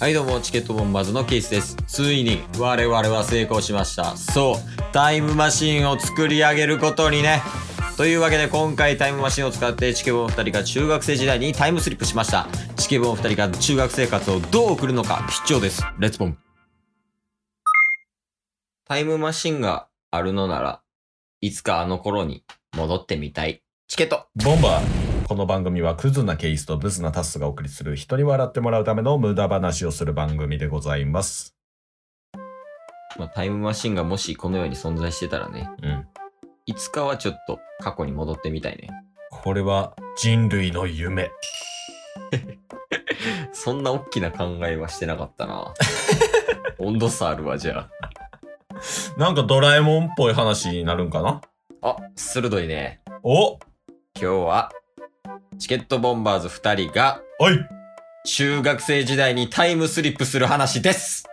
はいどうも、チケットボンバーズのケースです。ついに我々は成功しました。そう、タイムマシンを作り上げることにね。というわけで今回タイムマシンを使ってチケボン2人が中学生時代にタイムスリップしました。チケボン2人が中学生活をどう送るのか必聴です。レッツボン。タイムマシンがあるのなら、いつかあの頃に戻ってみたい。チケットボンバーこの番組はクズなケイスとブズなタスがお送りする人に笑ってもらうための無駄話をする番組でございます。まあ、タイムマシンがもしこの世に存在してたらね、うん。いつかはちょっと過去に戻ってみたいね。これは人類の夢。そんな大きな考えはしてなかったな。温度差あるわ、じゃなんかドラえもんっぽい話になるんかなあ。あ、鋭いね。お今日は、チケットボンバーズ2人が、おい中学生時代にタイムスリップする話です。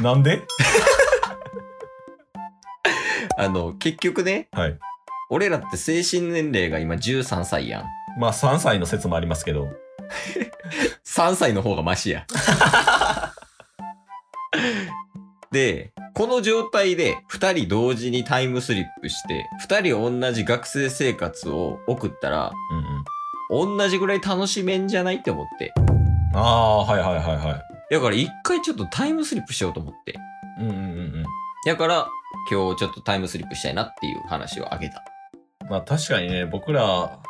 なんであの、結局ね、はい。俺らって精神年齢が今13歳やん。まあ3歳の説もありますけど。 3歳の方がマシや。で、この状態で2人同時にタイムスリップして、2人同じ学生生活を送ったら、うんうん。同じぐらい楽しめんじゃないって思って。ああ、はいはいはいはい。だから一回ちょっとタイムスリップしようと思って。うんうんうんだから今日ちょっとタイムスリップしたいなっていう話をあげた。うん。まあ確かにね、僕ら、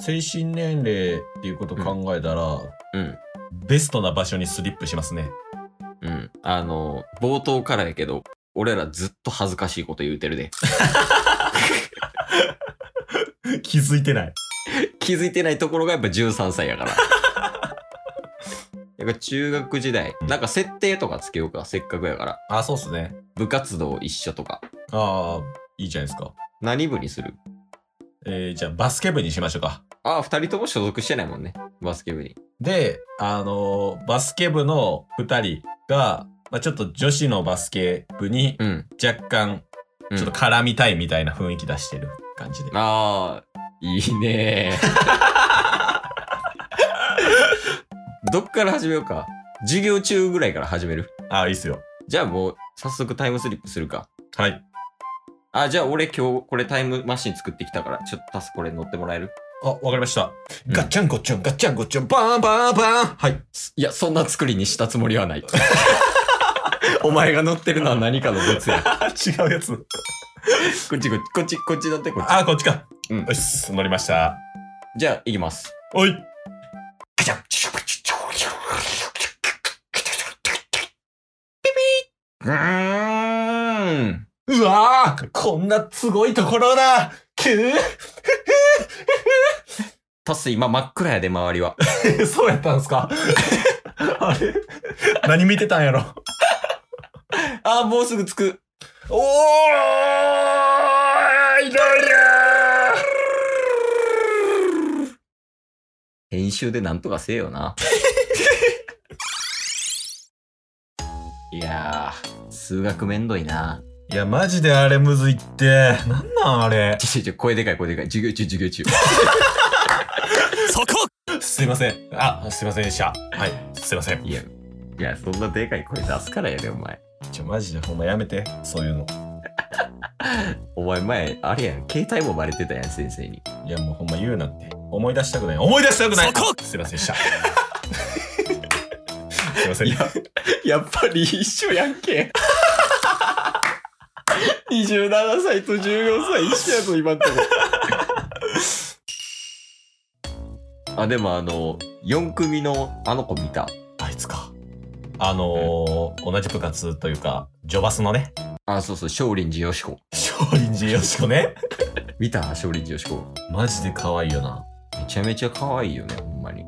精神年齢っていうこと考えたら、うん。ベストな場所にスリップしますね。うん。あの、冒頭からやけど、俺らずっと恥ずかしいこと言うてるで。 気づいてない。気づいてないところがやっぱ13歳やから。 やっぱ中学時代、なんか設定とかつけようか、せっかくやから。あ、そうっすね。部活動一緒とか。ああ、いいじゃないですか。何部にするえー、じゃあバスケ部にしましょうか。ああ、二人とも所属してないもんね。バスケ部に。で、あのーバスケ部の2人が、まあ、ちょっと女子のバスケ部にうん。若干、うんちょっと絡みたいみたいな雰囲気出してる感じで。ああ、いい ねどっから始めようか。授業中ぐらいから始める。ああ、いいっすよ。じゃあもう、早速タイムスリップするか。はい。あ、じゃあ俺今日これタイムマシン作ってきたから、ちょっとタスこれ乗ってもらえるあ、わかりました。うんガッチャンゴッチャン、ガッチャンゴッチャン、バーンバーンバーン。はい。いや、そんな作りにしたつもりは ない。お前が乗ってるのは何かの別や。 違うやつ。こっちこっち、こっち、こっち乗ってこっち。ああ、こっちか。うんよし、乗りました。じゃあ、行きます。おい。ガチャンピピーうーん。うわーこんなすごいところだくタス今真っ暗やで、周りは。えそうやったんすか あれ何見てたんやろ あー、もうすぐ着く。おーいど編集でなんとかせえよ な。いやー、数学めんどいな。いや、マジであれむずいって。なんなんあれ。ちょちょちょ、声でかい声でかい。授業中、授業中。そこすいません。あ、すいませんでした。はい、すいません。いや、いや、そんなでかい声出すからやで、お前。ちょ、マジでほんまやめて。そういうの。お前前、あれやん、携帯もバレてたやん、先生に。いや、もうほんま言うなって。思い出したくない。思い出したくないそこあすいませんでした。 すいません。いややっぱり一緒やんけ。27歳と14歳一緒やぞ、今んとこ。あ、でもあの、4組のあの子見た。あいつか。あのー、同じ部活というか、ジョバスのね、あ、そうそう、少林寺よしこ。少林寺よしこね。見た少林寺よしこ。マジで可愛いよな。めちゃめちゃ可愛いよね、ほんまに。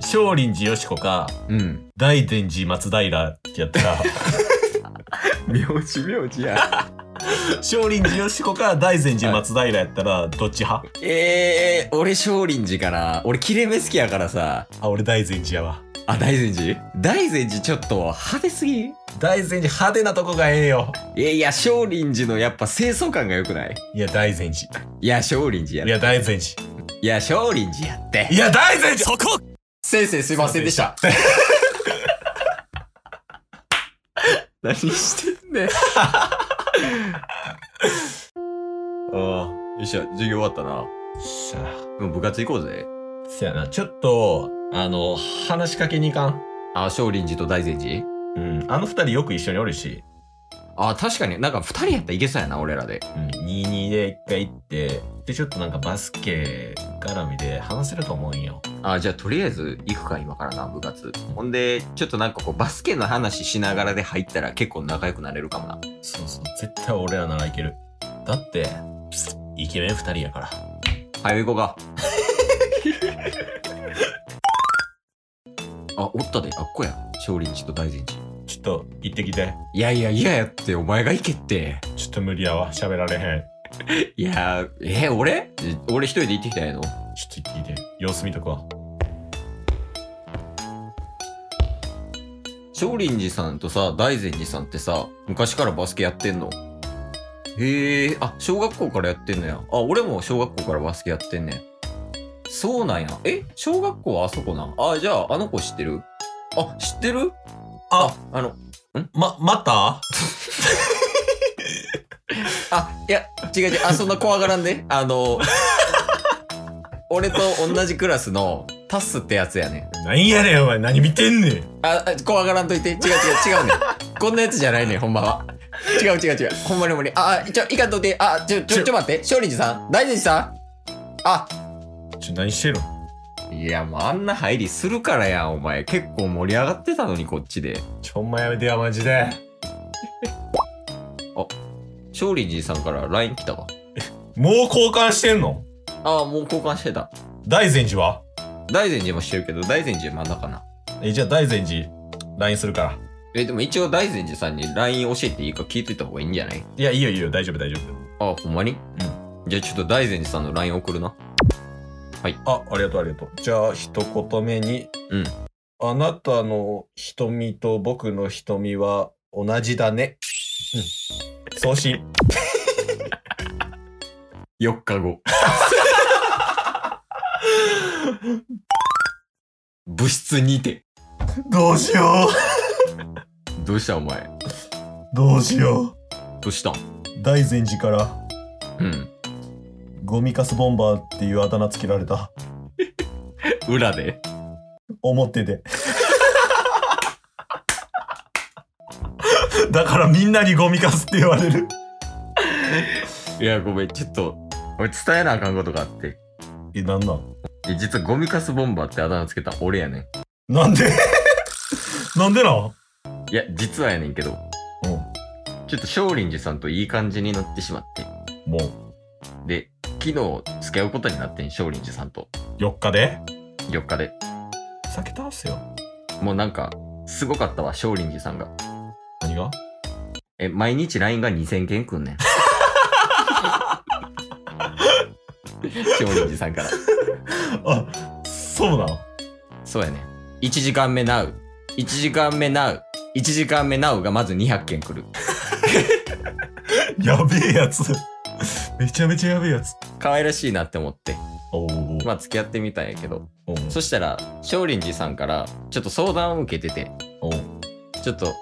少林寺よしこか、うん。大善寺松平ってやった ら、名字名字や。少林寺よしこか大善寺松平やったら、どっち派 えー、俺少林寺かな俺切れ目好きやからさあ、俺大善寺やわ。あ大善寺大善寺ちょっと派手すぎん大善寺派手なとこがええよ。いやいや少林寺のやっぱ清掃感が良くないいや、大善寺。いや少林寺やいなや、大善寺。いや、少林寺やって。いや、大善そこ先生すいませんでした。 何してんねん。ああ、よっしゃ、授業終わったな。じゃあ、もう部活行こうぜ。せやな、ちょっと、あの、話しかけに行かん。あ、少林寺と大善寺うん、あの二人よく一緒におるし、あ、確かになんか二人やったらいけそうやな、俺らで。うん、22で一回行って、で、ちょっとなんかバスケ絡みで話せると思うんよ。あ、じゃあとりあえず行くか、今からな、部活。ほんで、ちょっとなんかこう、バスケの話しながらで入ったら結構仲良くなれるかもな。そうそう、絶対俺らならいける。だって、イケメン二人やから。早い行こうか。 あ、おったで、あっこや。少林寺と大善寺。ちょっと、行ってきて。いやいや、嫌やって、お前が行けって。ちょっと無理やわ、喋られへん。いやー、えー、俺え俺一人で行ってきたんやのちょっと行ってきて。様子見とこわ。少林寺さんとさ、大善寺さんってさ、昔からバスケやってんのへえ、あ、小学校からやってんのや。あ、俺も小学校からバスケやってんねん。そうなんや。え小学校はあそこなんあ、じゃあ、あの子知ってるあ、知ってるあ、あの、ま、またあ、いや、違う違う。あ、そんな怖がらんで。あの、俺と同じクラスのタッスってやつやねん。なんやねん、お前。何見てんねん。あ、あ怖がらんといて。違う違う違うねん。こんなやつじゃないねん、ほんまは。違う違う違う。ほんまに無理。あ、あちょ、いかんといて。あ、ちょ、ちょ、ちょ待って。勝利寺さん大善寺さんあ、ちょ、何してるのいや、もうあんな入りするからやん、お前。結構盛り上がってたのに、こっちで。ちょ、お前やめてや、マジで。勝利寺さんから LINE 来たわ。もう交換してんのあ、もう交換してた。大善寺は大善寺もしてるけど、大善寺真ん中な。え、じゃあ大善寺、LINE するから。え、でも一応大善寺さんに LINE 教えていいか聞いといた方がいいんじゃないいや、いいよいいよ、大丈夫大丈夫。あ、ほんまにうん。じゃあちょっと大善寺さんの LINE 送るな。あ、ありがとうありがとう。じゃあ、一言目に。うん。あなたの瞳と僕の瞳は同じだね。うん。送信。 4日 後。部室にて。どうしよどうしたお前。う。どうしよどうしたんう。大善寺から。うん。ゴミカスボンバーっていうあだ名つけられた。裏で表で。だからみんなにゴミカスって言われる。いや、ごめん。ちょっと、俺伝えなあかんことがあって。え、なんなんいや実はゴミカスボンバーってあだ名つけたん俺やねん。なんで なんでなんいや、実はやねんけど、うん。ちょっと少林寺さんといい感じになってしまって。もで、昨日付き合うことになってん、少林寺さんと。う、4日で4日で。酒倒すよ。もうなんか、すごかったわ、少林寺さんが。何がえ、毎日 LINE が2000件くんねん。少林寺さんから。あ、そうなんそうやね。1時間目 NOW。1時間目 NOW。1時間目 NOW がまず200件くる。やべえやつ。めちゃめちゃやべえやつ。可愛らしいなって思って。おお、まあ付き合ってみたんやけど。おーそしたら、少林寺さんからちょっと相談を受けてて、おーちょっと、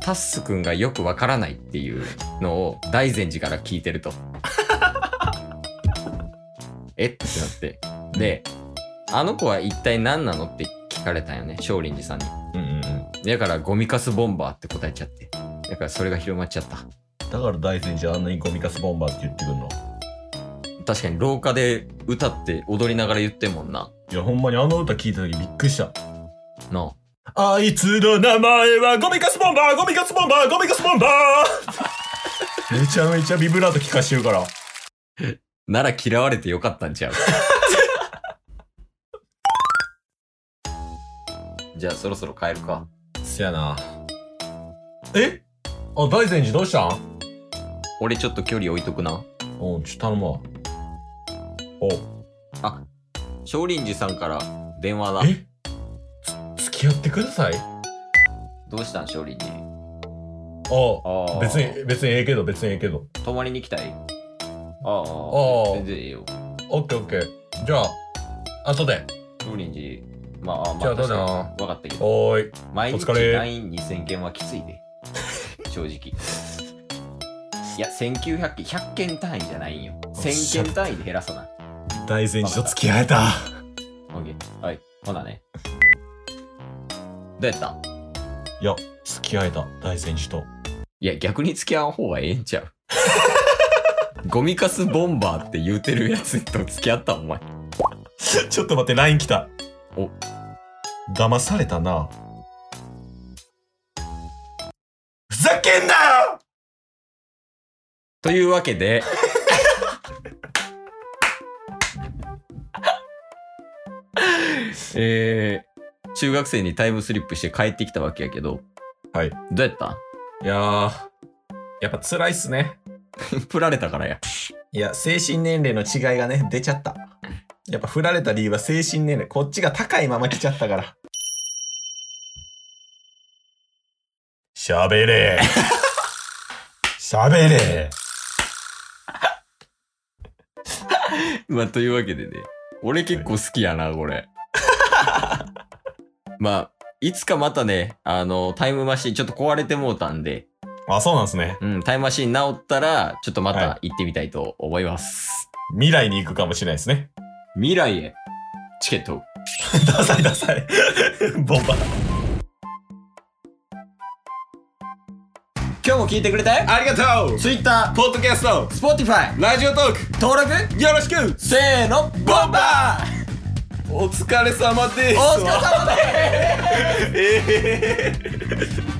タッスくんがよくわからないっていうのを大善寺から聞いてると。 えってなって。で、あの子は一体何なのって聞かれたんよね、少林寺さんに。うんうんうん。だからゴミカスボンバーって答えちゃって。だからそれが広まっちゃった。だから大善寺あんなにゴミカスボンバーって言ってくんの。確かに廊下で歌って踊りながら言ってんもんな。いや、ほんまにあの歌聞いた時びっくりした。なあ。あいつの名前はゴミカスボンバーゴミカスボンバーゴミカスボンバーめちゃめちゃビブラート聞かしてるから。なら嫌われてよかったんちゃうじゃあそろそろ帰るか。せやな。えあ、大善寺どうしたん俺ちょっと距離置いとくな。うん、ちょ、頼むわ。お少林寺さんから電話だ。えつ、付き合ってくださいあどうしたん少林寺。あー別に、別にええけど、別にええけど。泊まりに来たいあああー全然いいよ。オッケーオッケー。じゃあ、後で。農林寺、まあ、まあ、じゃあどうだな確かに分かったけど、おーい。毎お日疲れ LINE2000 件はきついで。 正直。いや、1900件、100件単位じゃないんよ。しゃ1000件単位で減らさな。大善寺と付き合えた。オッケー。はい。ほなね。どうやったいや、付き合えた。大善寺と。 いや、逆に付き合う方がええんちゃう。ゴミカスボンバーって言うてるやつと付き合ったお前。ちょっと待って、LINE 来た。お。騙されたな。ふざけんなよというわけ で。えー、中学生にタイムスリップして帰ってきたわけやけど。はい。どうやったいやー、やっぱ辛いっすね。振られたからや。いや、精神年齢の違いがね、出ちゃった。やっぱ振られた理由は精神年齢。こっちが高いまま来ちゃったから。喋れ。喋れ。まあ、というわけでね。俺結構好きやな、これ。 まあ、いつかまたね、あの、タイムマシンちょっと壊れてもうたんで、あ、そうなんですね。うん、タイムマシン直ったら、ちょっとまはた行ってみたいと思います。未来に行くかもしれないですね。未来へ、チケット。ダサいダサい。ボンバ今日も聞いてくれたよありがとう Twitter、ポッドキャスト、 Spotify、ラジオトーク、登録、よろしくせーの、ボンバーお疲れ様ですお疲れ様ですえー